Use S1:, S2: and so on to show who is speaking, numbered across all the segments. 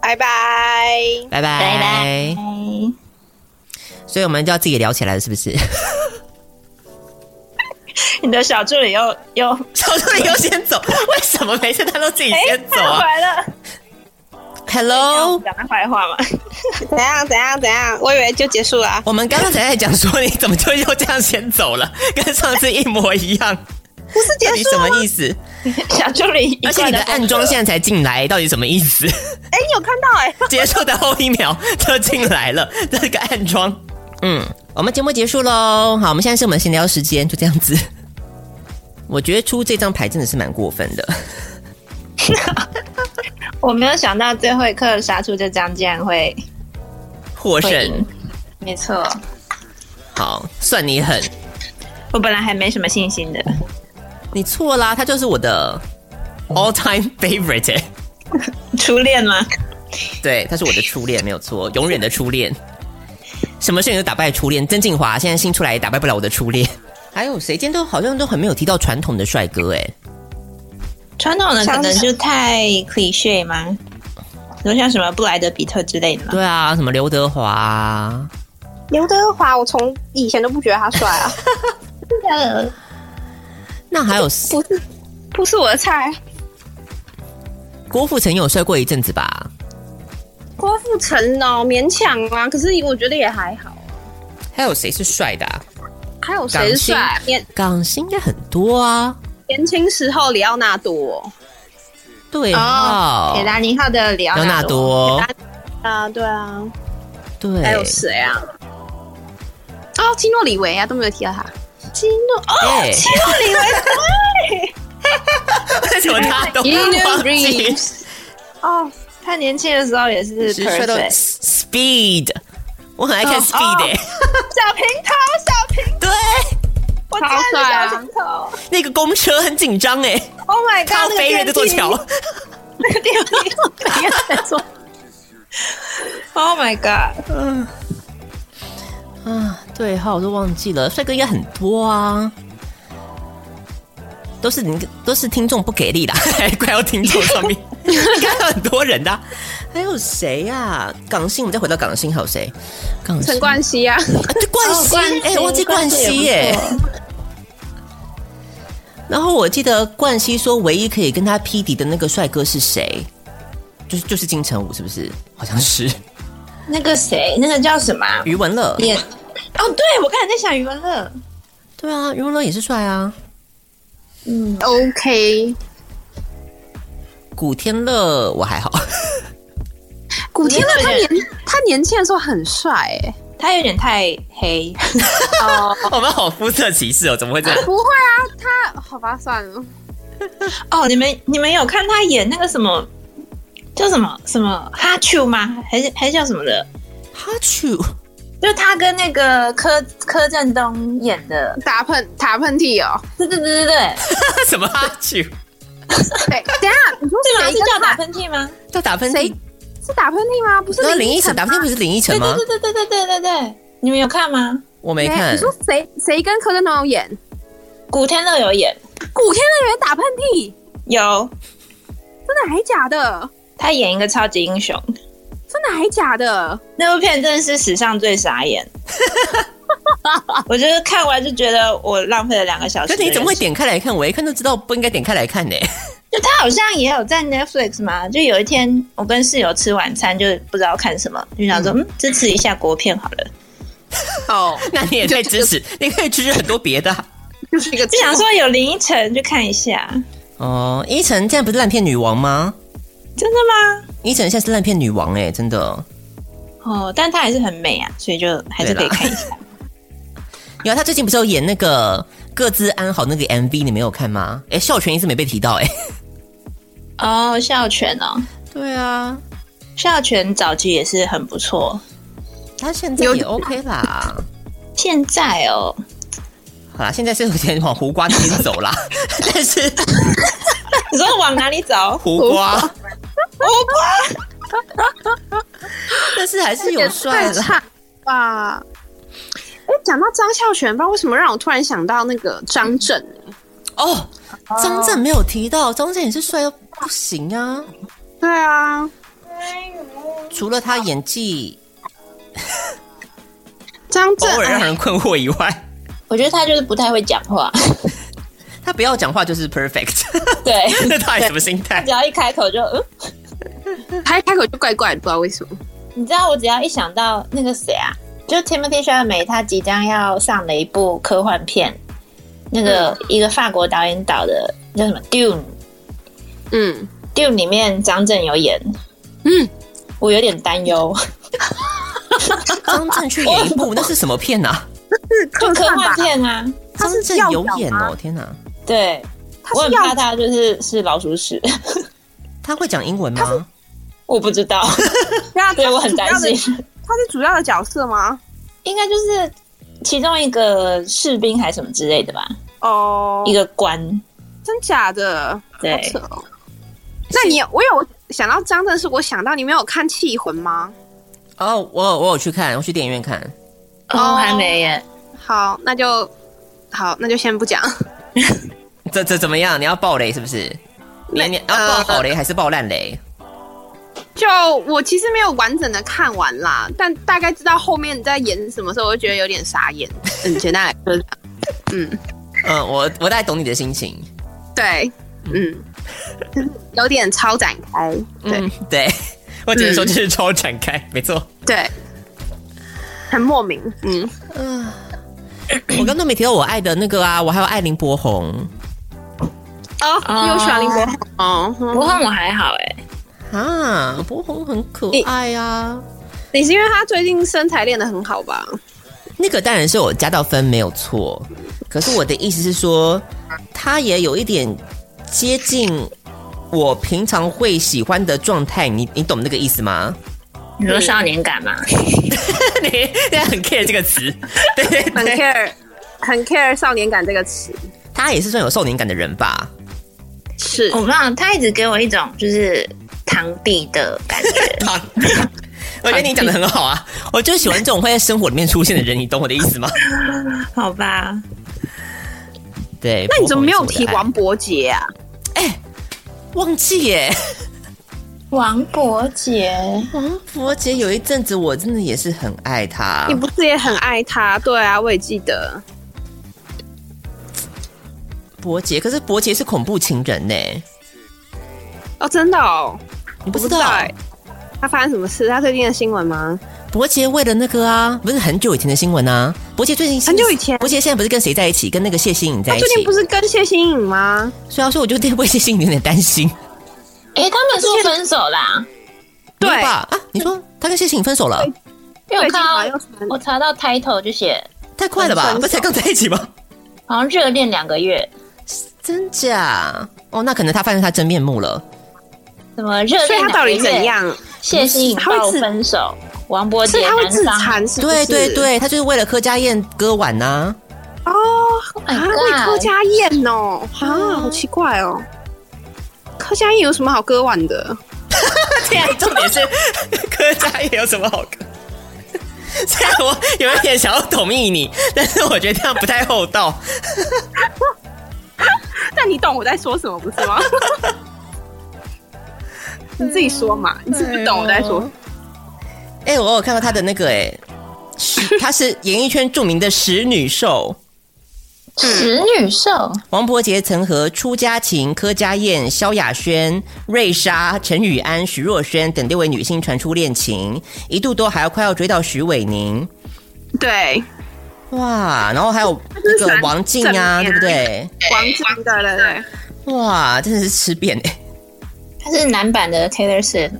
S1: 拜拜。
S2: 拜拜
S3: 拜拜。
S2: 所以我们就要自己聊起来了，是不是？
S1: 你的小助理又又
S2: 小助理优先走，为什么每次他都自己
S1: 哎，
S2: 先走
S1: 他又
S2: 啊
S1: 来了，
S2: ？Hello，
S1: 讲他坏话嘛？怎样怎样怎样？我以为就结束了啊。
S2: 我们刚刚才在讲说你怎么就又这样先走了，跟上次一模一样，
S1: 不是结
S2: 到底
S1: 束啊
S2: 什
S1: 了
S2: 么
S1: 吗？
S2: 意思？
S1: 小助理一贯风格，
S2: 而且你的暗装现在才进来，到底什么意思？
S1: 哎，你有看到哎？
S2: 结束的后一秒 就进来了，这个暗装。嗯，我们节目结束喽。好，我们现在是我们的闲聊时间，就这样子。我觉得出这张牌真的是蛮过分的。
S1: 我没有想到最后一刻杀出这张竟然会
S2: 获
S1: 会
S2: 胜
S1: 赢，，没错，
S2: 好，算你狠，
S1: 我本来还没什么信心的。
S2: 你错啦，他就是我的 all time favorite，欸、
S1: 初恋吗？
S2: 对，他是我的初恋，没有错，永远的初恋。什么事情都打败初恋，曾静华现在新出来也打败不了我的初恋。还有谁？今天都好像都很没有提到传统的帅哥、欸，哎，
S1: 传统的可能就太 cliche 吗？比如像什么布莱德比特之类的吗？
S2: 对啊，什么刘德华、啊，
S1: 刘德华，我从以前都不觉得他帅啊，
S2: 啊那还有
S1: 不是 不是我的菜。
S2: 郭富城有帅过一阵子吧？
S1: 郭富城哦，勉强啊，可是我觉得也还好。
S2: 还有谁是帅的、啊？
S1: 还有谁是帅啊？年
S2: 港星应该很多啊。
S1: 年轻时候里奥纳多
S2: 哦对
S4: 哦
S2: 啊，
S1: 哎
S3: 铁达尼号的里奥
S2: 刘纳
S3: 纳多，
S2: 多，
S1: 啊，对啊，
S2: 对，
S1: 还有谁啊？哦，基诺里维啊，都没有提到他。基诺哦，
S2: 哎
S1: 基诺 里维，
S2: 为什么大家都
S3: Keanu
S2: 忘 记？
S1: 哦，他年轻的时候也是
S2: 是帅到
S1: perfect
S2: Speed，我很爱看 Speed 哎、
S1: 小平头，小平
S2: 对，
S1: 我
S3: 超帅啊
S1: 站着小平头
S2: 那个公车很紧张哎，
S1: ！Oh my god！
S2: 他要飞越这座桥，
S1: 那个电梯，那个电梯不要再 坐 Oh my god！
S2: 啊，对哈，我都忘记了，帅哥应该很多啊。都是你，都是听众不给力啦， 还怪到听众上 面，应该有很多人的啊、还有谁呀、啊？港星，我们再回到港星，还有谁？港星
S1: 陈冠希 啊，
S2: 啊，对冠希，哎、忘记冠希耶、然后我记得冠希说，唯一可以跟他匹敌的那个帅哥是谁？就是就是金城武，是不是？好像是
S3: 那个谁，那个叫什么啊？
S2: 余文乐。
S3: 演
S1: 哦，对，我刚才在想余文乐。
S2: 对啊，余文乐也是帅啊。
S1: OK，
S2: 古天乐我还好，
S4: 古天乐他
S1: 有点
S4: 年他年轻的时候很帅哎、
S1: 他有点太黑，哦
S2: 我们好肤色歧视哦，怎么会这样？
S4: 不会啊，他好吧算了，
S1: 哦，你们你们有看他演那个什么叫什么什么哈丘吗？还是还是叫什么的？
S2: 哈啾，
S1: 就是他跟那个柯柯震东演的，
S4: 打喷打喷嚏哦。
S1: 对对对对对，
S2: 什么哈啾？
S4: 对，哎等一 下你说
S1: 对吗？
S4: 谁
S1: 是
S4: 跟
S1: 叫打
S4: 他
S1: 喷嚏吗？
S2: 叫打喷
S4: 谁
S2: 嚏？
S4: 是打喷嚏吗？不是
S2: 然后
S4: 林
S2: 林依晨打喷嚏不
S4: 嚏
S2: 是林依晨
S1: 对
S2: 吗
S1: 对？对对对对对对对，你们有看吗？
S2: 我没看
S4: 哎你，说谁谁跟柯震东有演？
S1: 古天乐有演，
S4: 古天乐也打喷嚏，
S1: 有
S4: 真的还假的？
S1: 他演一个超级英雄，
S4: 真的还假的？
S1: 那部片真的是史上最 傻眼。我就是看完就觉得我浪费了两个小
S2: 可
S1: 时。
S2: 是你怎么会？点开来看？我一看就知道不应该点开来看呢、
S1: 就他好像也有在 Netflix 嘛。就有一天我跟室友吃晚餐，就不知道看什么，就想说嗯，支持一下国片好了。
S4: 哦，
S2: 那你也可以支持，你可以支持很多别的啊、
S4: 就是一个
S1: 就想说有林依晨就看一下，
S2: 哦，依晨现在不是烂片女王吗？
S1: 真的吗？
S2: 依晨现在是烂片女王哎、真的。
S1: 哦，但她还是很美啊，所以就还是可以看一下。
S2: 有啊，她最近不是有演那个《各自安好》那个 MV，你没有看吗？哎、孝全一直没被提到哎、
S1: 哦，孝全哦，
S2: 对啊，
S1: 孝全早期也是很不错，
S2: 她现在也 OK 啦。
S1: 现在哦，
S2: 好啦，现在是有点往胡瓜那边走 啦，但是
S1: 你说往哪 里走？
S2: 胡瓜，胡瓜， 但是还是有帅啦。
S4: 差吧。哎，讲到张孝全，不知道为什么让我突然想到那个张震、
S2: 哦。张震没有提到，张震也是帅到不行啊。
S4: 对啊，
S2: 除了他演技
S4: 张
S2: 偶
S4: 震
S2: 尔让
S4: 哎
S2: 人困惑以外，
S1: 我觉得他就是不太会讲话，
S2: 哎 他不要讲话就是 perfect，
S1: 对，
S2: 那到底什么心态
S1: 只？要一开口就嗯。
S4: 他一开口就怪怪的，不知道为什么。
S1: 你知道，我只要一想到那个谁啊，就 Timothy Chalamet，他即将要上的一部科幻片，那个一个法国导演导的叫什么《Dune》，
S4: 嗯，
S1: 《Dune》里面张震有演，
S4: 嗯，
S1: 我有点担忧，
S2: 张震去演一部，那是什么片啊？
S4: 是
S1: 就
S4: 科
S1: 科
S4: 幻
S1: 幻
S4: 吧？
S1: 片啊，
S4: 他
S2: 张
S4: 是
S2: 震
S4: 要
S2: 有
S4: 表
S2: 演
S4: 吗
S2: 哦，天哪！
S1: 对，
S4: 他
S1: 我
S4: 是
S1: 很
S4: 要
S1: 怕他就是是老鼠屎，
S2: 他会讲英文吗？
S1: 我不知 道，
S4: 那他
S1: 对
S4: 是
S1: 我很
S4: 主要
S1: 担
S4: 的
S1: 心，
S4: 他是主要的角色吗？
S1: 应该就是其中一个士兵还是什么之类的吧，
S4: 哦，
S1: 一个哎官，
S4: 真假的？
S1: 对
S4: 好扯哦。那你我有想到张震，是我想到你没有看《气魂》吗？
S2: 哦，我我有去看，我去电影院看。
S4: 哦
S1: 还没耶，
S4: 好，那就好，那就先不讲。
S2: 这这怎么样？你要爆雷是不是？你
S4: 那
S2: 你要爆好雷还是爆烂雷？
S4: 就我其实没有完整的看完啦，但大概知道后面在演什么时候，我就觉得有点傻眼。嗯，简单来说是这样，嗯，
S2: 嗯，我我大概懂你的心情。
S4: 对，嗯，有点超展开，对、
S2: 嗯，对， 我只能说就是超展开，没错。
S4: 对，很莫名，嗯，
S2: 嗯我刚都没提到我爱的那个啊，我还有爱林柏宏
S4: 哦，你有喜欢林柏宏哦？
S1: 不
S4: 嗯
S1: 过我还好哎，
S2: 啊，柏宏很可爱啊。
S4: 你是因为他最近身材练得很好吧？
S2: 那个当然是我加到分没有错，可是我的意思是说，他也有一点接近我平常会喜欢的状态，你你懂那个意思吗？
S1: 你说少年感嘛，
S2: 你现在很 care 这个词，对对
S4: 很
S2: 对，
S4: care，很 care 少年感这个词，
S2: 他也是算有少年感的人 吧？。
S4: 是
S1: 我不知道，哦他一直给我一种就是堂弟的感觉
S2: 好我觉得你讲的很好啊，我就喜欢这种会在生活里面出现的人，你懂我的意思吗？
S1: 好吧，
S2: 对，
S4: 那你怎么没有
S2: 柏宏是
S4: 提
S2: 哦我的爱
S4: 王伯杰啊？
S2: 哎忘记耶？
S1: 王伯杰，
S2: 王伯杰有一阵子我真的也是很爱他
S4: 你，不是也很爱他？对啊，我也记得。
S2: 伯杰，可是伯杰是恐怖情人呢，
S4: 哦，真的哦，
S2: 你不
S4: 我
S2: 知
S4: 不
S2: 道？
S4: 欸他发生什么事？他最近的新闻吗？
S2: 伯杰为了那个啊，不是很久以前的新闻啊。伯杰最近
S4: 很久以前
S2: 伯杰现在不是跟谁在一起？跟那个谢欣颖在
S4: 他
S2: 一
S4: 最近
S2: 起
S4: 不。是跟谢欣颖吗？
S2: 虽然说我就对为谢欣颖有点担心。
S1: 哎、他们说分手啦，
S4: 对
S2: 没有吧？啊，你说他跟谢欣颖分手了？
S1: 因为
S4: 最
S1: 我
S4: 近好像
S1: 看
S4: 又
S1: 到
S4: 传
S1: 我查到 title 就写
S2: 太快了吧？
S4: 分手
S2: 不是才刚在一起吗？
S1: 好像热恋两个月，
S2: 真假？哦，那可能他发现他真面目了。
S1: 什么热
S4: 所以
S1: 恋
S4: 他到
S1: 两个
S4: 底
S1: 月，
S4: 怎样？
S1: 谢欣颖
S4: 他会
S1: 爆
S4: 自
S1: 分手，王伯
S4: 是
S1: 杰
S4: 他会
S1: 难
S4: 自
S1: 伤。
S4: 残，是不
S2: 对
S4: 是？
S2: 对对，他就是为了柯佳燕割腕啊呐、
S4: 哦
S1: Oh
S4: 啊，为柯
S1: my god！
S4: 佳燕哦，啊，好奇怪哦。柯佳燕有什么好割腕的？
S2: 对啊， 重点是 柯佳燕有什么好看？ 虽然我有一点想要同意你，但是我觉得这样不太厚道。
S4: 但你懂我在说什么，不是吗？ 你自己说嘛，你是不是懂我在说什么？
S2: 哎、我有看到她的那个哎、 十她是演艺圈著名的使女兽。
S1: 使女兽，
S2: 王伯杰曾和出家琴、柯佳燕、萧亚轩、瑞莎、陈雨安、徐若瑄等六位女星传出恋情，一度都还要快要追到徐伟宁。
S4: 对，
S2: 哇，然后还有 那个王静啊，对不对？
S4: 王晶的，对对。
S2: 哇，真的是吃遍哎、
S1: 他是男版的 Taylor Swift，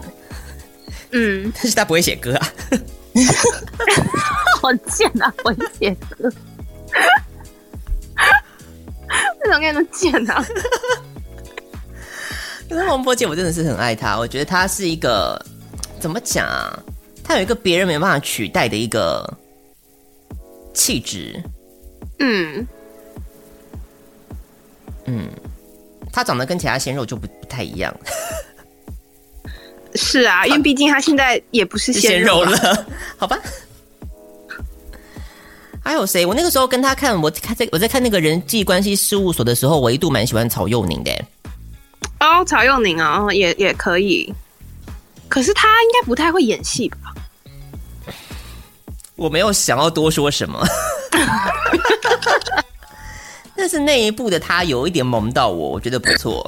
S4: 嗯，
S2: 但是他不会写歌啊。
S4: 好贱啊，文杰哥，为什么跟你说贱啊？
S2: 可是王伯杰，我真的是很爱他，我觉得他是一个怎么讲啊？他有一个别人没办法取代的一个气质。
S4: 嗯，
S2: 他长得跟其他鲜肉就不不太一样，
S4: 是啊，因为毕竟他现在也不是鲜肉 啊了。
S2: 了， 好吧？还有谁？我那个时候跟他看，我看在我在看那个人际关系事务所的时候，我一度欸蛮喜欢曹佑宁的。
S4: 啊哦，曹佑宁哦，也也可以。可是他应该不太会演戏吧？
S2: 我没有想要多说什么， 但是那一部的他有一点萌到我，我觉得不错。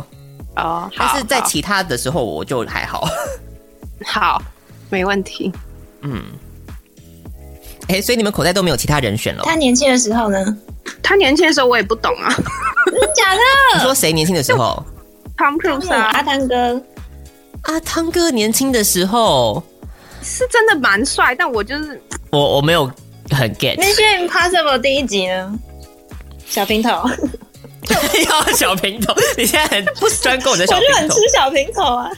S4: 哦，
S2: 但
S4: 好
S2: 是在
S4: 好
S2: 其他的时候我就还好。
S4: 好，没问题。
S2: 哎、所以你们口袋都没有其他人选了？
S1: 他年轻的时候呢？
S4: 他年轻的时候我也不懂啊
S1: 真假的？
S2: 你说谁年轻的时候？
S4: ，Tom Cruise
S1: 嗯
S4: 啊，
S1: 阿汤哥，
S2: 啊，汤哥年轻的时候，
S4: 是真的蛮帅，但我就是
S2: 我我没有很
S1: 《
S2: get，
S1: Mission Impossible》第一集呢？小平头，我
S2: 要小平头，你现在很不专攻你的小
S1: 就
S2: 平
S1: 很
S2: 头
S1: 吃。小平头啊。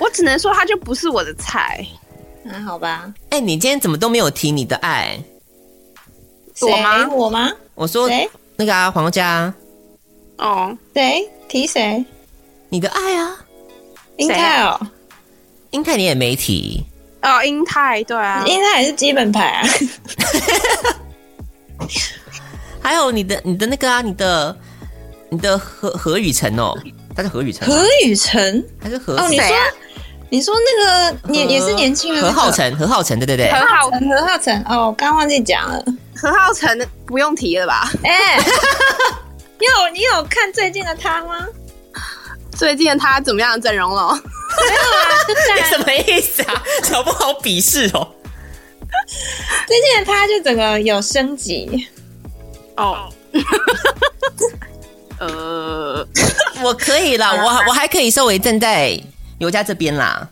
S4: 我只能说他就不是我的菜。
S1: 那啊好吧，
S2: 哎、你今天怎么都没有提你的爱？
S4: 我吗
S1: 谁我吗？
S2: 我说
S1: 谁？
S2: 那个啊，黄家，
S4: 哦，
S1: 谁？提谁？
S2: 你的爱啊，
S1: 英泰哦，
S2: 英泰你也没提。
S4: 哦，英泰对啊，
S1: 英泰也是基本牌啊。
S2: 还有你的你的那个啊，你的你的何何雨辰哦，他是何雨辰吗，
S1: 何雨辰，
S2: 还是何
S1: 哦，你
S2: 谁
S1: 说
S4: 谁啊，
S1: 你说那个
S2: 何
S1: 也也是年轻人，
S2: 何浩，晨，何浩晨，对对对，
S4: 何浩
S1: 何浩晨，哦，我刚忘记讲了。
S4: 何浩晨不用提了吧？
S1: 哎， 你有你有看最近的他吗？
S4: 最近他怎么样的阵容了？
S2: 你什么意思啊？搞不好鄙视哦。
S1: 最近的他就整个有升级，
S4: 哦， 呃，
S2: 我可以啦，我还我还可以稍微站在尤佳这边啦。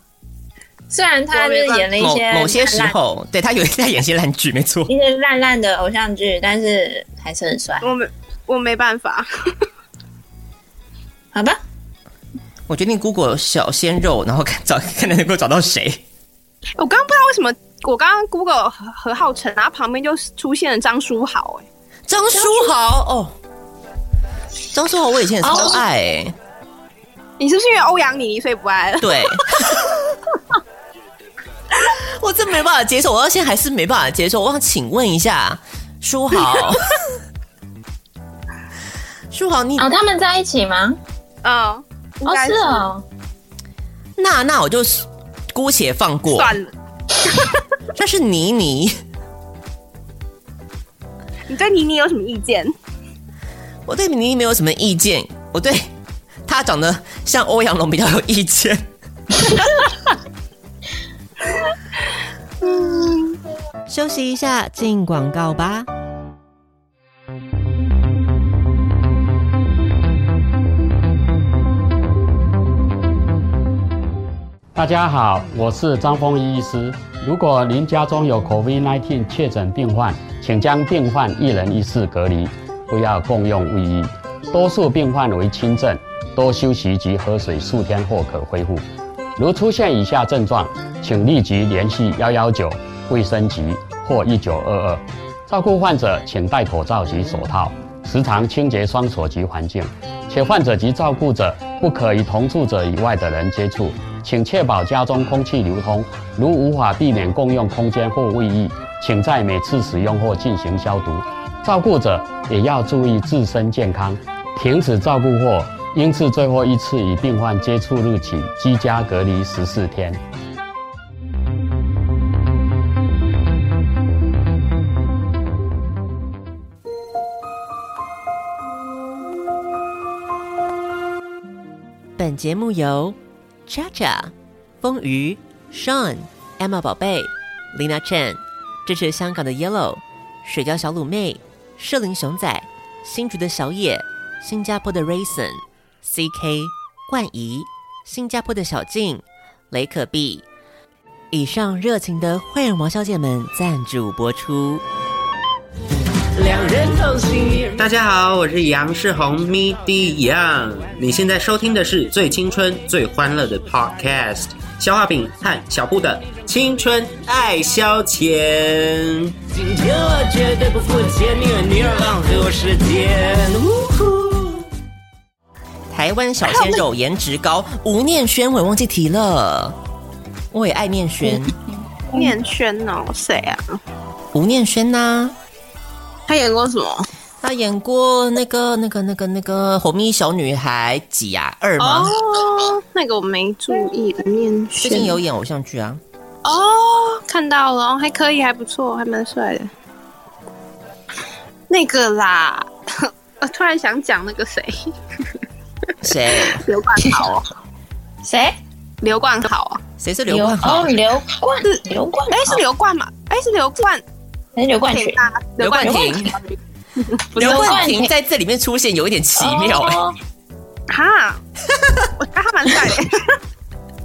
S1: 虽然他就是演了一
S2: 某
S1: 些
S2: 某些时
S1: 烂烂
S2: 候，对他有在演些烂剧，没 错。
S1: 一些烂烂的偶像剧，但是还是很帅，
S4: 我没我没办法，
S1: 好吧？
S2: 我决定 Google 小鲜肉，然后看找看能够找到谁。
S4: 我刚刚不知道为什么，我刚刚 Google 何何浩晨，然后旁边就出现了张书豪、哎，
S2: 张书豪哦，张书豪我以前也超爱、欸，
S4: 你是不是因为欧阳妮妮所以不爱了？
S2: 对。我真没办法接受，我到现在还是没办法接受。我想请问一下，书 豪，书豪，你
S1: 哦，他们在一起吗？
S4: 嗯， 应
S1: 哦
S4: 该，
S1: 是哦，
S2: 那那我就姑且放过，
S4: 算了，
S2: 但是倪妮。
S4: 你对妮妮有什么意见？
S2: 我对倪妮没有什么意见，我对她长得像欧阳龙比较有 意见。嗯，休息一下，进广告吧。
S5: 大家好，我是张丰毅医师。如果您家中有 COVID-19 确诊病患，请将病患一人一室隔离，不要共用卫浴。多数病患为轻症，多休息及喝水数天后可恢复。如出现以下症状，请立即联系幺幺九卫生局或一九二二。照顾患者请戴口罩及手套，时常清洁双手及环境。且患者及照顾者不可与同住者以外的人接触，请确保家中空气流通。如无法避免共用空间或卫浴，请在每次使用后进行消毒。照顾者也要注意自身健康，停止照顾或应自最后一次与病患接触日起居家隔离十四天。
S2: 本节目由 Cha Cha、风鱼、Sean、Emma 宝贝、Lina Chen 支持香港的 Yellow、水饺小卤妹、社林熊仔、新竹的小野、新加坡的 Raisin、CK、冠仪、新加坡的小静、雷可碧。以上热情的坏人王小姐们赞助播出。
S6: 大家好，我是杨世宏咪咪杨。你现在收听的是最青春、最欢乐的 Podcast，消化饼和小布的青春爱消遣。
S7: 今天我绝对不付钱，宁愿你让浪费我时间。呜呼
S2: 台湾小鲜肉颜值高，吴念轩我也忘记提了，我也爱念轩，
S4: 嗯念轩哦，谁啊？
S2: 吴念轩呐、
S4: 他演过什么？
S2: 他演过那个、那个、那个、那个《红衣小女孩》几啊？二吗？
S4: 哦，那个我没注意，吴念
S2: 最
S4: 轩
S2: 近有演偶像剧啊。
S4: 哦，看到了，还可以，还不错，还蛮帅的。那个啦， 我突然想讲那个谁，
S2: 谁？
S4: 刘冠豪 哦，
S1: 谁？
S4: 刘冠豪啊，
S2: 谁是刘冠
S1: 哦
S2: 豪？
S1: 刘冠刘冠豪，
S4: 哎，是刘冠嘛？哎，是刘冠
S1: 还是刘冠
S4: 廷
S1: 群？
S4: 啊，
S2: 刘冠廷。
S4: 不是
S2: 刘
S1: 冠
S2: 冠
S1: 廷
S2: 廷在这里面出现有一点奇妙哎、
S1: 哦
S4: 哈，我觉得他蛮帅的。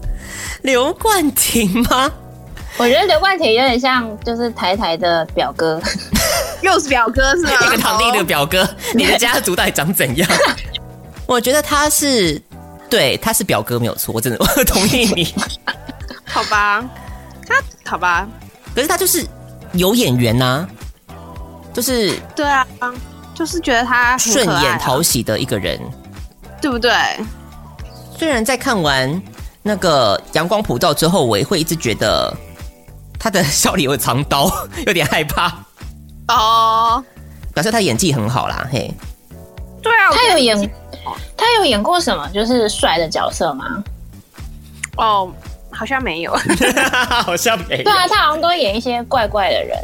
S2: 刘冠廷吗？
S1: 我觉得刘冠廷有点像就是台台的表哥，
S4: 又是表哥是 吗？
S2: 一个堂弟的表哥，你的家族到底长怎样？我觉得他是，对，他是表哥没有错，我真的我同意你。
S4: 好吧，他好吧，
S2: 可是他就是有演员呐、就是
S4: 对啊，就是觉得他很
S2: 顺
S4: 可爱啊
S2: 眼讨喜的一个人。
S4: 对不对？
S2: 虽然在看完那个《阳光普照》之后，我也会一直觉得他的笑里有藏刀， 有点害怕。
S4: 哦，
S2: 表示他演技很好啦，嘿，
S4: 对啊，我觉
S1: 他
S4: 得
S1: 有演他有演过什么就是帅的角色吗？
S4: 哦，好像没有。
S2: 好像没有
S1: 对啊，他好像都演一些怪怪的人，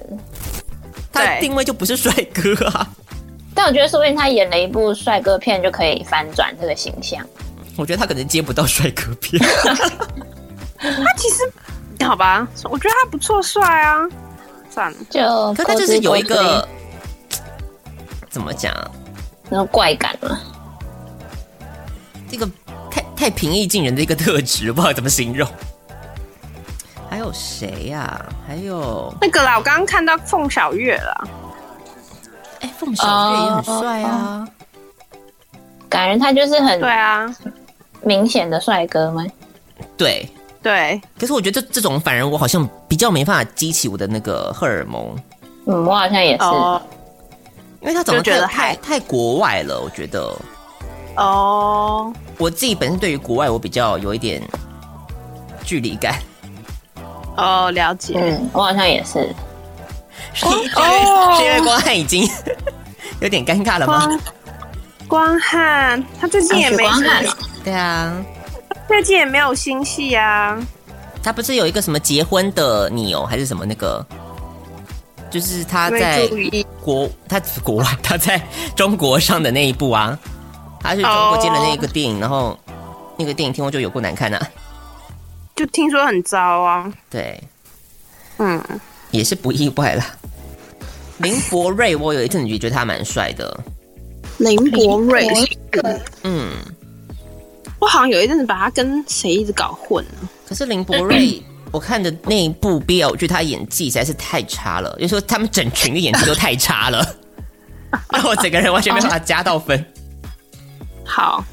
S2: 他的
S4: 对
S2: 定位就不是帅哥啊。
S1: 但我觉得说不定他演了一部帅哥片就可以翻转这个形象。
S2: 我觉得他可能接不到帅哥片。
S4: 他其实好吧，我觉得他不错，帅啊。算了，
S1: 就
S2: 可他就是有一个怎么讲，
S1: 那种怪感嘛。
S2: 这个太太平易近人的一个特质，不知道怎么形容。还有谁呀、还有
S4: 那个啦，我刚刚看到凤小岳了，
S2: 哎，凤小岳也很帅啊。
S1: 感觉他就是很
S4: 对啊，
S1: 明显的帅哥吗？
S2: 对，
S4: 对，
S2: 可是我觉得这这种反而我好像比较没办法激起我的那个荷尔蒙，
S1: 嗯，我好像也是。
S4: 哦
S2: 因为他长得
S4: 就觉
S2: 太
S4: 得
S2: 太
S4: 嗨
S2: 太国外了。我觉得
S4: 哦，
S2: 我自己本身对于国外我比较有一点距离感。
S4: 哦，了解。
S1: 嗯，我好像也是。
S4: 哦
S2: 是因为是因为光汉已经 有点尴尬了吗？
S4: 光光汉，他最近也没
S1: 啊许光汉哦
S2: 对啊，
S4: 最近也没有新戏啊。
S2: 他不是有一个什么结婚的你哦，还是什么那个？就是他在
S4: 没注意
S2: 国，他国外， 他在中国上的那一部啊，他去中国接了那一
S4: 哦
S2: 个电影，然后那个电影听说就有够难看啊。
S4: 就听说很糟啊。
S2: 对，
S4: 嗯，
S2: 也是不意外啦。林柏瑞，我有一阵子也觉得他蛮帅的，
S4: 林柏瑞，
S2: 嗯，
S4: 我好像有一阵子把他跟谁一直搞混啊了。
S2: 可是林柏 瑞，我看的那一部 BL 剧，他演技实在是太差了，就说他们整群的演技都太差了， 让我整个人完全没办法加到分。
S4: 好，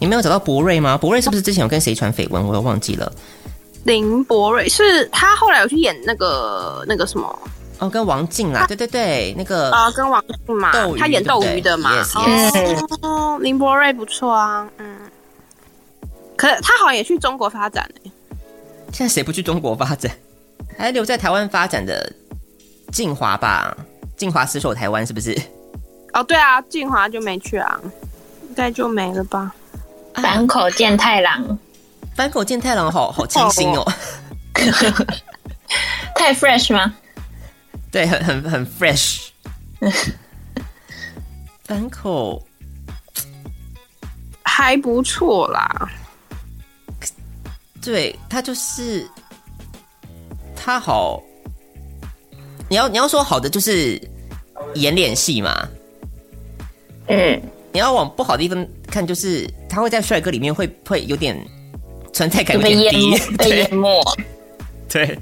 S2: 你没有找到博瑞吗？博瑞是不是之前有跟谁传绯闻？我都忘记了。
S4: 林柏瑞是他后来有去演那个那个什么
S2: 哦，跟王静啦，对对对，那个
S4: 啊、跟王静嘛
S2: 呃斗鱼，
S4: 他演斗
S2: 对不
S4: 鱼
S2: 对
S4: 的嘛。
S2: Yes, yes
S4: 哦，林柏瑞不错啊，嗯。可是他好像也去中国发展、欸、
S2: 现在谁不去中国发展，还留在台湾发展的静华吧？静华失守台湾是不是？
S4: 哦，对啊，静华就没去啊，应该就没了吧。
S1: 坂口健太郎
S2: 坂口健太郎好好清新哦，
S1: 太 fresh 吗？
S2: 对，很很很 fresh。坂口
S4: 还不错啦，
S2: 对他就是他好，你要你要说好的就是演脸戏嘛，
S1: 嗯，
S2: 你要往不好的地方看，就是他会在帅哥里面会会有点存在感有
S1: 就被
S2: 点
S1: 淹
S2: 低，
S1: 没， 被淹
S2: 对
S1: 没。
S2: 对。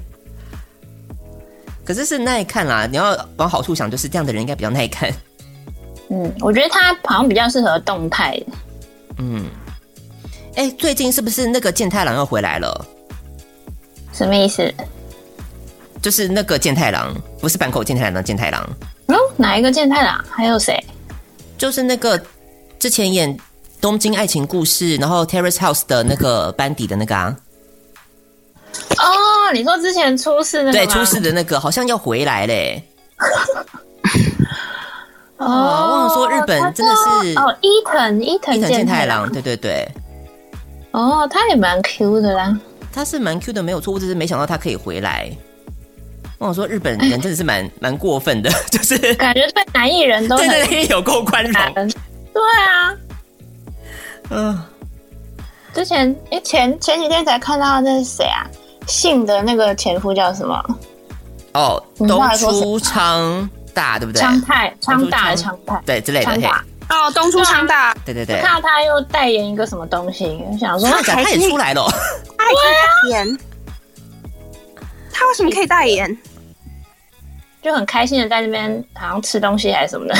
S2: 可是是耐看啦，你要往好处想，就是这样的人应该比较耐看。
S1: 嗯，我觉得他好像比较适合动态的。
S2: 嗯，哎、最近是不是那个健太郎又回来了？
S1: 什么意思？
S2: 就是那个健太郎，不是坂口健太郎的健太郎，
S1: 哦，哪一个健太郎？还有谁？
S2: 就是那个之前演《东京爱情故事》，然后 Terrace House 的那个班底的那个啊，
S1: 哦，你说之前出事那个
S2: 对，
S1: 吗
S2: 出事的那个好像要回来嘞。我
S1: 哦，
S2: 忘了说日本真的是
S1: 他叫哦，伊藤伊藤
S2: 伊藤健太
S1: 太
S2: 郎，对对对，
S1: 哦，他也蛮 Q 的啦。
S2: 他是蛮 Q 的，没有错，我只是没想到他可以回来。我想说，日本人真的是蛮蛮过分的， 就是对
S1: 感觉对男艺人都很
S2: 对对，有够宽容。
S1: 难。对啊，
S2: 嗯，
S1: 之前诶前前几天才看到那是谁啊？信的那个前夫叫什么？
S2: 哦，
S1: 你刚
S2: 东
S1: 才说什么
S2: 出昌大，对不对？
S1: 昌泰，昌大的
S2: 昌
S1: 昌泰，
S2: 对之类的，
S1: 昌
S2: 嘿
S1: 大。
S4: 哦，东出昌大，
S2: 对对对。
S1: 看到他又代言一个什么东西，我想 说
S2: 他讲他也出来了哦，
S4: 他还可以代言，他为什么可以代言？
S1: 就很开心的在那边好像吃东西还是什么 的。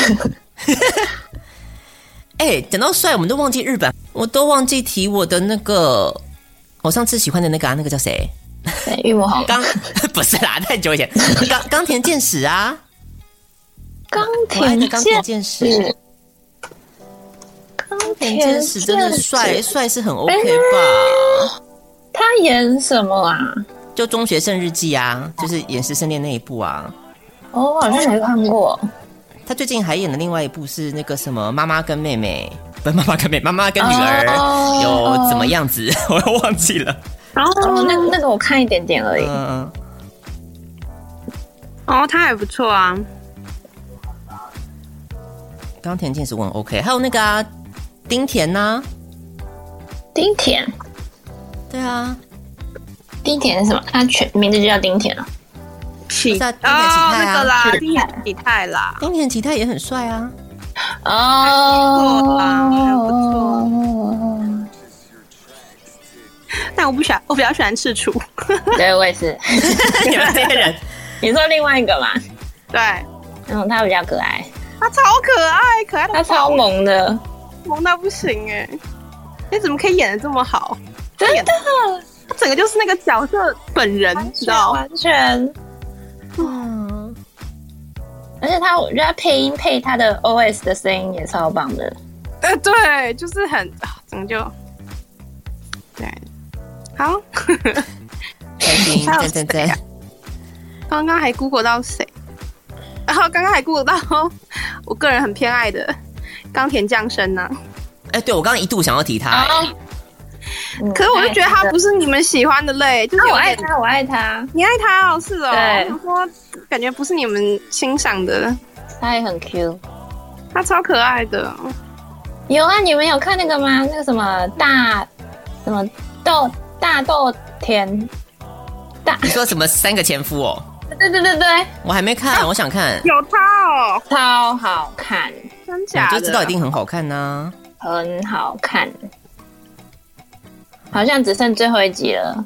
S2: 哎，讲到帅，我们都忘记日本，我都忘记提我的那个，我上次喜欢的那个啊，那个叫谁？
S1: 对玉木 宏，
S2: 钢不是啦，太久以前，钢钢田健史啊，
S1: 钢
S2: 我爱的
S1: 铁
S2: 钢铁
S1: 剑，
S2: 健史，
S1: 钢
S2: 钢铁健史哎真的
S1: 剑
S2: 帅，帅是很 OK 吧？
S1: 他演什么啊？
S2: 就《中学生日记》啊，就是演师生恋那一部啊。
S1: 哦，我好像没看过。
S2: 他最近还演的另外一部是那个什么妈妈跟妹妹，不是妈妈跟妹，妈妈跟女儿、
S1: 哦
S2: 有怎么样子， 我又忘记了。
S4: 然
S1: 哦，
S4: 后
S1: 那那个我看一点点而已。
S2: 嗯，
S4: 哦，他还不错啊，
S2: 冈田健史我很 OK，还有那个、啊、丁田啊呐、
S1: 丁田，
S2: 对啊，
S1: 丁田是什么？他全名字就叫丁田啊。
S4: 启
S2: 不是啊
S4: 哦
S2: 丁田启泰
S4: 那
S2: 啊
S4: 个啦，丁田启泰啦，
S2: 丁田其他也很帅 啊。
S1: 哦，
S4: 还不但我不喜欢，我比较喜欢赤楚，
S1: 对，我 也是。
S2: 你们这些人，
S1: 你说另外一个嘛？
S4: 对
S1: 嗯，他比较可爱，
S4: 他超可爱，可爱
S1: 他
S4: 到
S1: 超
S4: 爆
S1: 萌的，
S4: 萌到不行哎、你怎么可以演的这么好？
S1: 真的，
S4: 他整个就是那个角色本人，你知道吗？
S1: 完全。
S2: 嗯，
S1: 而且他，我觉得他配音配他的 OS 的声音也超棒的。
S4: 呃，对，就是很，啊怎么就，对，好，
S2: 开心，
S4: 还有
S2: 赞赞赞。
S4: 刚刚还 Google 到谁？然后刚刚还 Google 到我个人很偏爱的冈田将生啊呢、
S2: 哎、对我刚刚一度想要提他、 哎
S1: 嗯
S4: 啊可是我就觉得他不是你们喜欢的类，就是
S1: 那
S4: 有
S1: 啊我爱
S4: 点
S1: 他，我爱他，
S4: 你爱他哦，是哦，
S1: 对
S4: 我说感觉不是你们欣赏的，
S1: 他也很 Q。
S4: 他超可爱的，
S1: 有啊，你们有看那个吗？那个什么大什么豆大豆田大，
S2: 你说什么三个前夫哦？
S1: 对对对对，
S2: 我还没看， 我想看，
S4: 有他哦，
S1: 超好看，
S4: 真假的？
S2: 我嗯就知道一定很好看啊呐、
S1: 很好看。好像只剩最后一集了，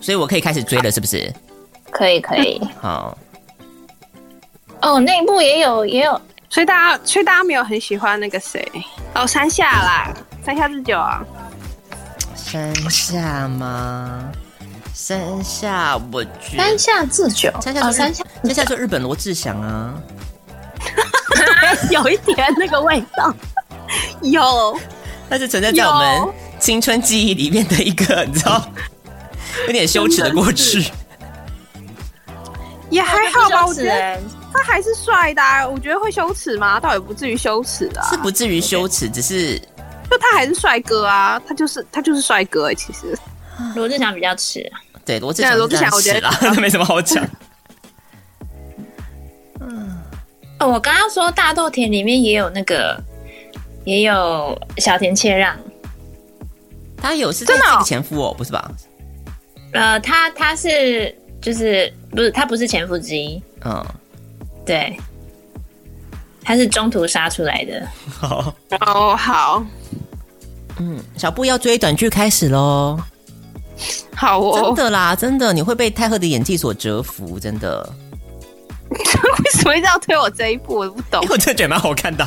S2: 所以我可以开始追了，是不是？
S1: 可以 可以。
S2: 好，
S1: 哦，那一部也有也有，
S4: 所以大家，所以大家没有很喜欢那个谁哦，山下啦，山下智久啊，
S2: 山下吗？山下，我觉
S1: 山
S2: 得
S1: 下智久，
S2: 山下
S1: 哦
S2: 就是
S1: 山嗯下
S2: 山下就日本罗志祥啊，
S1: 啊
S4: 有一点那个味道，有
S2: 他是存在在我们青春记忆里面的一个，你知道，有点羞耻的过 去。
S4: 也还好吧，
S1: 不
S4: 我
S1: 是
S4: 觉
S2: 欸
S4: 得他还是帅的、啊，我觉得会羞耻吗？倒也不至于羞耻啊，
S2: 是不至于羞耻，只是
S4: 就他还是帅哥啊，他就是他就是帅哥、欸，其实
S1: 罗志祥比较迟，
S2: 对罗志祥
S4: 对罗志祥我觉得
S2: 是这样吃啦， 没什么好讲。
S1: 哦，我刚刚说大豆田里面也有那个，也有小田切让。
S2: 他有是
S4: 真的哦
S2: 这个前夫哦，不是吧？
S1: 呃，他他是就是不是他不是前夫之一，
S2: 嗯，
S1: 对，他是中途杀出来的。
S2: 好，
S4: 哦好
S2: 嗯，小布要追短剧开始喽。
S4: 好
S2: 真
S4: 哦，
S2: 的啦，真的，你会被泰赫的演技所折服，真的。
S4: 为什么一定要推我这一步？我不懂
S2: 因为，我真的觉得蛮好看 的。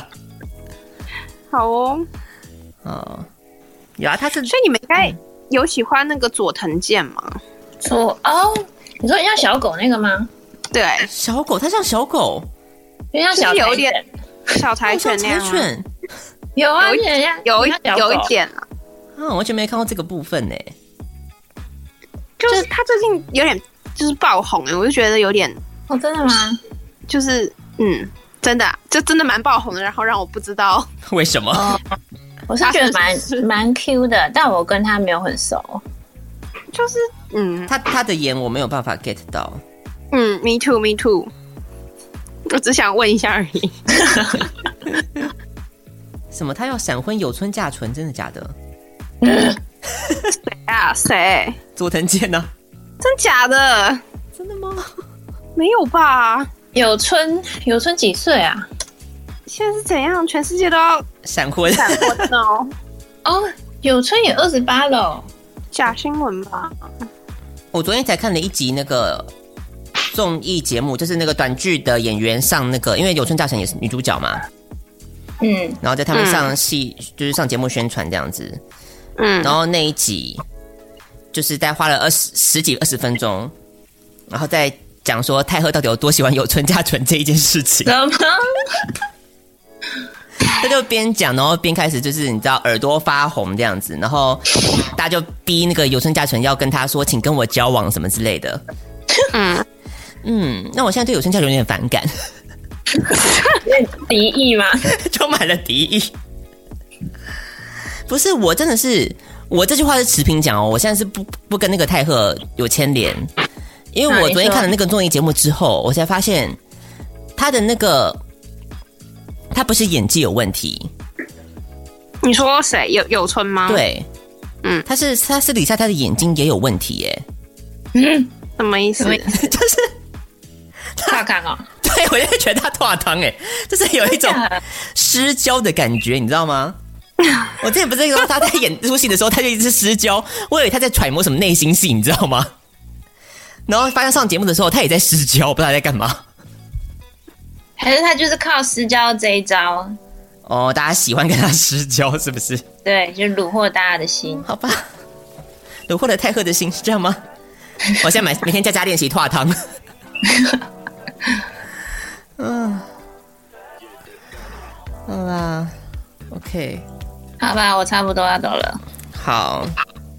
S4: 好哦，
S2: 哦，有啊，他是
S4: 所以你们应该有喜欢那个佐藤健吗？
S1: 说哦，你说像小狗那个吗？
S4: 对，
S2: 小狗，他像小狗，
S1: 就像小
S4: 就是有
S1: 柴
S4: 点
S1: 犬
S4: 小柴
S2: 他
S4: 犬
S2: 像
S4: 那
S2: 柴
S4: 样啊、
S2: 犬。
S1: 有啊，
S4: 有一
S1: 有点像
S4: 有一
S1: 像小狗
S4: 有一点啊，
S2: 啊，我完全没看过这个部分呢。
S4: 就是他最近欸有点就是爆红哎、我就觉得有点
S1: 哦，真的吗？
S4: 就是嗯，真的就真的蛮爆红的，然后让我不知道。
S2: 为什
S4: 哦
S2: 么？
S1: 我是觉得 蛮蛮 Q 的，但我跟他没有很熟。
S4: 就是嗯
S2: 他他的颜我没有办法 get 到。
S4: 嗯，me too me too，我只想问一下而已。
S2: 什么？他要闪婚、有村嫁纯，真的假的？
S4: 啊，谁？
S2: 佐藤健啊呢、
S4: 真假的？
S2: 真的 吗？
S4: 没有吧？
S1: 有春有春几岁啊？
S4: 现在是怎样？全世界都要
S2: 闪婚？
S4: 闪婚哦？
S1: 哦，有春也二十八了。
S4: 假新闻吧？
S2: 我昨天才看了一集那个综艺节目，就是那个短剧的演员上那个，因为有村架纯也是女主角嘛，
S1: 嗯，
S2: 然后在他们上戏、就是上节目宣传这样子，
S4: 嗯
S2: 然后那一集就是在花了二十十几二十分钟，然后再讲说太赫到底有多喜欢有村架纯这一件事情，
S1: 怎么？
S2: 他就边讲，然后边开始就是你知道耳朵发红这样子，然后大家就逼那个有村架纯要跟他说，请跟我交往什么之类的。
S4: 嗯
S2: 嗯，那我现在对有村架纯有点反感，
S1: 敌意 吗？
S2: 充满了敌意。不是，我真的是，我这句话是持平讲哦，我现在是不不跟那个泰赫有牵连，因为
S1: 啊
S2: 我
S1: 你
S2: 昨天
S1: 说
S2: 看了那个综艺节目之后，我才发现他的那个他不是演技有问题，
S4: 你说谁？有有村吗？，
S2: 对，
S4: 啊嗯
S2: 他是他私底下他的眼睛也有问题耶，
S4: 什么意思？
S2: 就是
S1: 大看哦，
S2: 对我就觉得他脱汤哎，就是有一种失焦的感觉，你知道吗？ 我之前不是说他在演出戏的时候，他就一直失焦，我以为他在揣摩什么内心戏，你知道吗？然后发现上节目的时候，他也在失焦，我不知道他在干嘛。
S1: 还是他就是靠私交这一招，
S2: 哦，大家喜欢跟他失焦是不是？
S1: 对，就虏获大家的心。
S2: 好吧，虏获了泰赫的心是这样吗？我现在每 每天在家练习拓汤。嗯，嗯好啦，OK，
S1: 好吧，我差不多要走了。
S2: 好，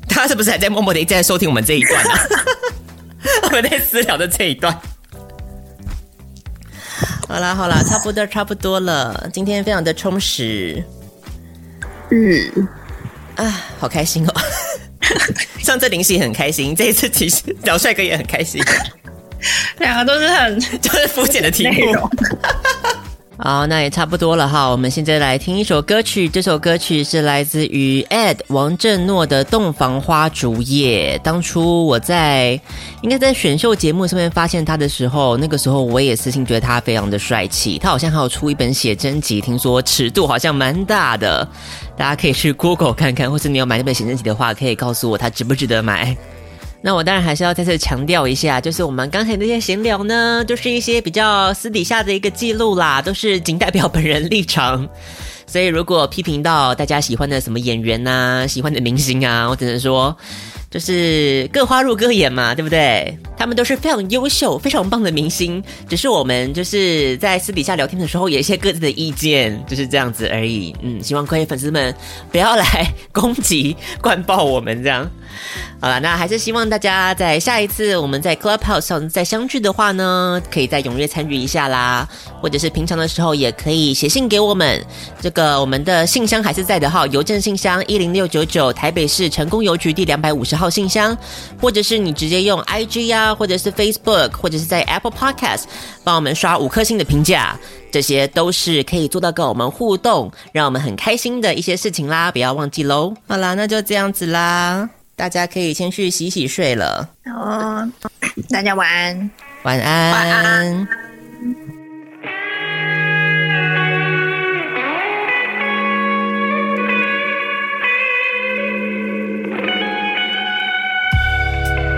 S2: 大家是不是还在默默的一直在收听我们这一段啊？ 我们在私聊的这一段。好啦好啦，差不多差不多了，今天非常的充实
S4: 嗯，
S2: 啊，好开心哦！ 上次林夕很开心，这一次其实小帅哥也很开心。
S1: 两个都是 很
S2: 就是肤浅的题目。 好，那也差不多了哈。我们现在来听一首歌曲，这首歌曲是来自于 AD 王振诺的《洞房花烛夜》。当初我在应该在选秀节目上面发现他的时候，那个时候我也私信觉得他非常的帅气。他好像还有出一本写真集，听说尺度好像蛮大的，大家可以去 Google 看看，或是你有买那本写真集的话，可以告诉我他值不值得买。那我当然还是要再次强调一下，就是我们刚才那些闲聊呢，就是一些比较私底下的一个记录啦，都是仅代表本人立场。所以如果批评到大家喜欢的什么演员呐、喜欢的明星啊，我只能说，就是各花入各眼嘛，对不对？他们都是非常优秀、非常棒的明星，只是我们就是在私底下聊天的时候有一些各自的意见，就是这样子而已。嗯，希望各位粉丝们不要来攻击、灌爆我们这样。好了，那还是希望大家在下一次我们在 Clubhouse 上再相聚的话呢，可以再踊跃参与一下啦，或者是平常的时候也可以写信给我们，这个我们的信箱还是在的哈，邮政信箱一零六九九台北市成功邮局第两百五十号信箱，或者是你直接用 IG 呀、或者是 Facebook，或者是在 Apple Podcast 帮我们刷五颗星的评价。这些都是可以做到跟我们互动，让我们很开心的一些事情啦，不要忘记喽。好啦，那就这样子啦，大家可以先去洗洗睡了，
S1: 哦，大家晚安。
S2: 晚安。晚安。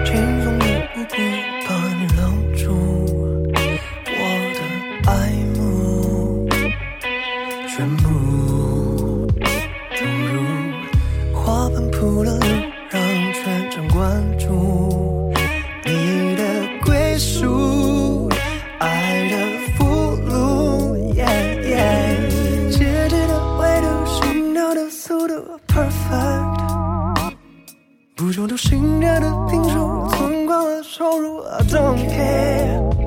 S8: 这种目的把你留住，我的爱慕，全部投入。花瓣扑了流，让全场关注你的归属，爱的俘虏。Yeah, yeah 节制的维度，心跳的速度，perfect。不求流行热的评述，存款和收入，I don't care，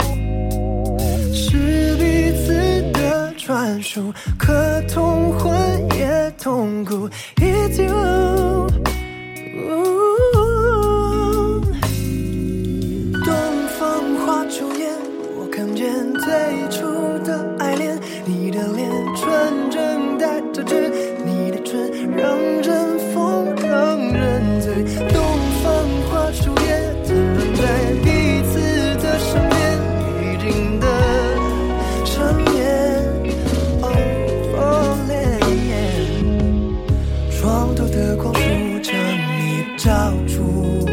S8: 是彼此的专属，可痛苦也痛苦，It's you。东方花烛夜，我看见最初的爱恋，你的脸纯真带着痣，你的唇让人疯，让人醉。东方花烛夜，怎么在彼此的身边，已经的缠绵，Oh oh yeah，床头的光束将你照出。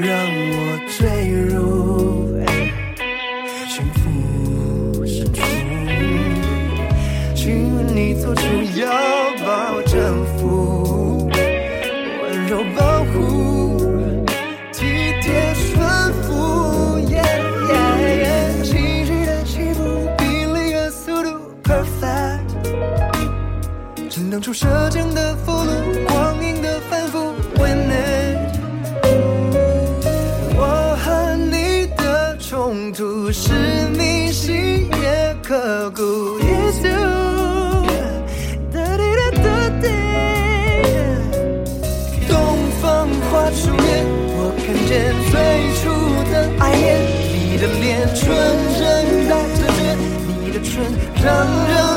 S8: 让我坠入幸福深处。请问你做出要把我征服，温柔保护，体贴顺服。Yeah, yeah, yeah 情绪的起伏，比另的速度 perfect。震荡出舌尖的俘虏，光阴的反复，Win it。我和你的冲突是迷信也刻骨。It's you，哒滴哒哒滴。东方花烛夜，我看见最初的爱恋，你的脸纯真带着倔，你的唇让人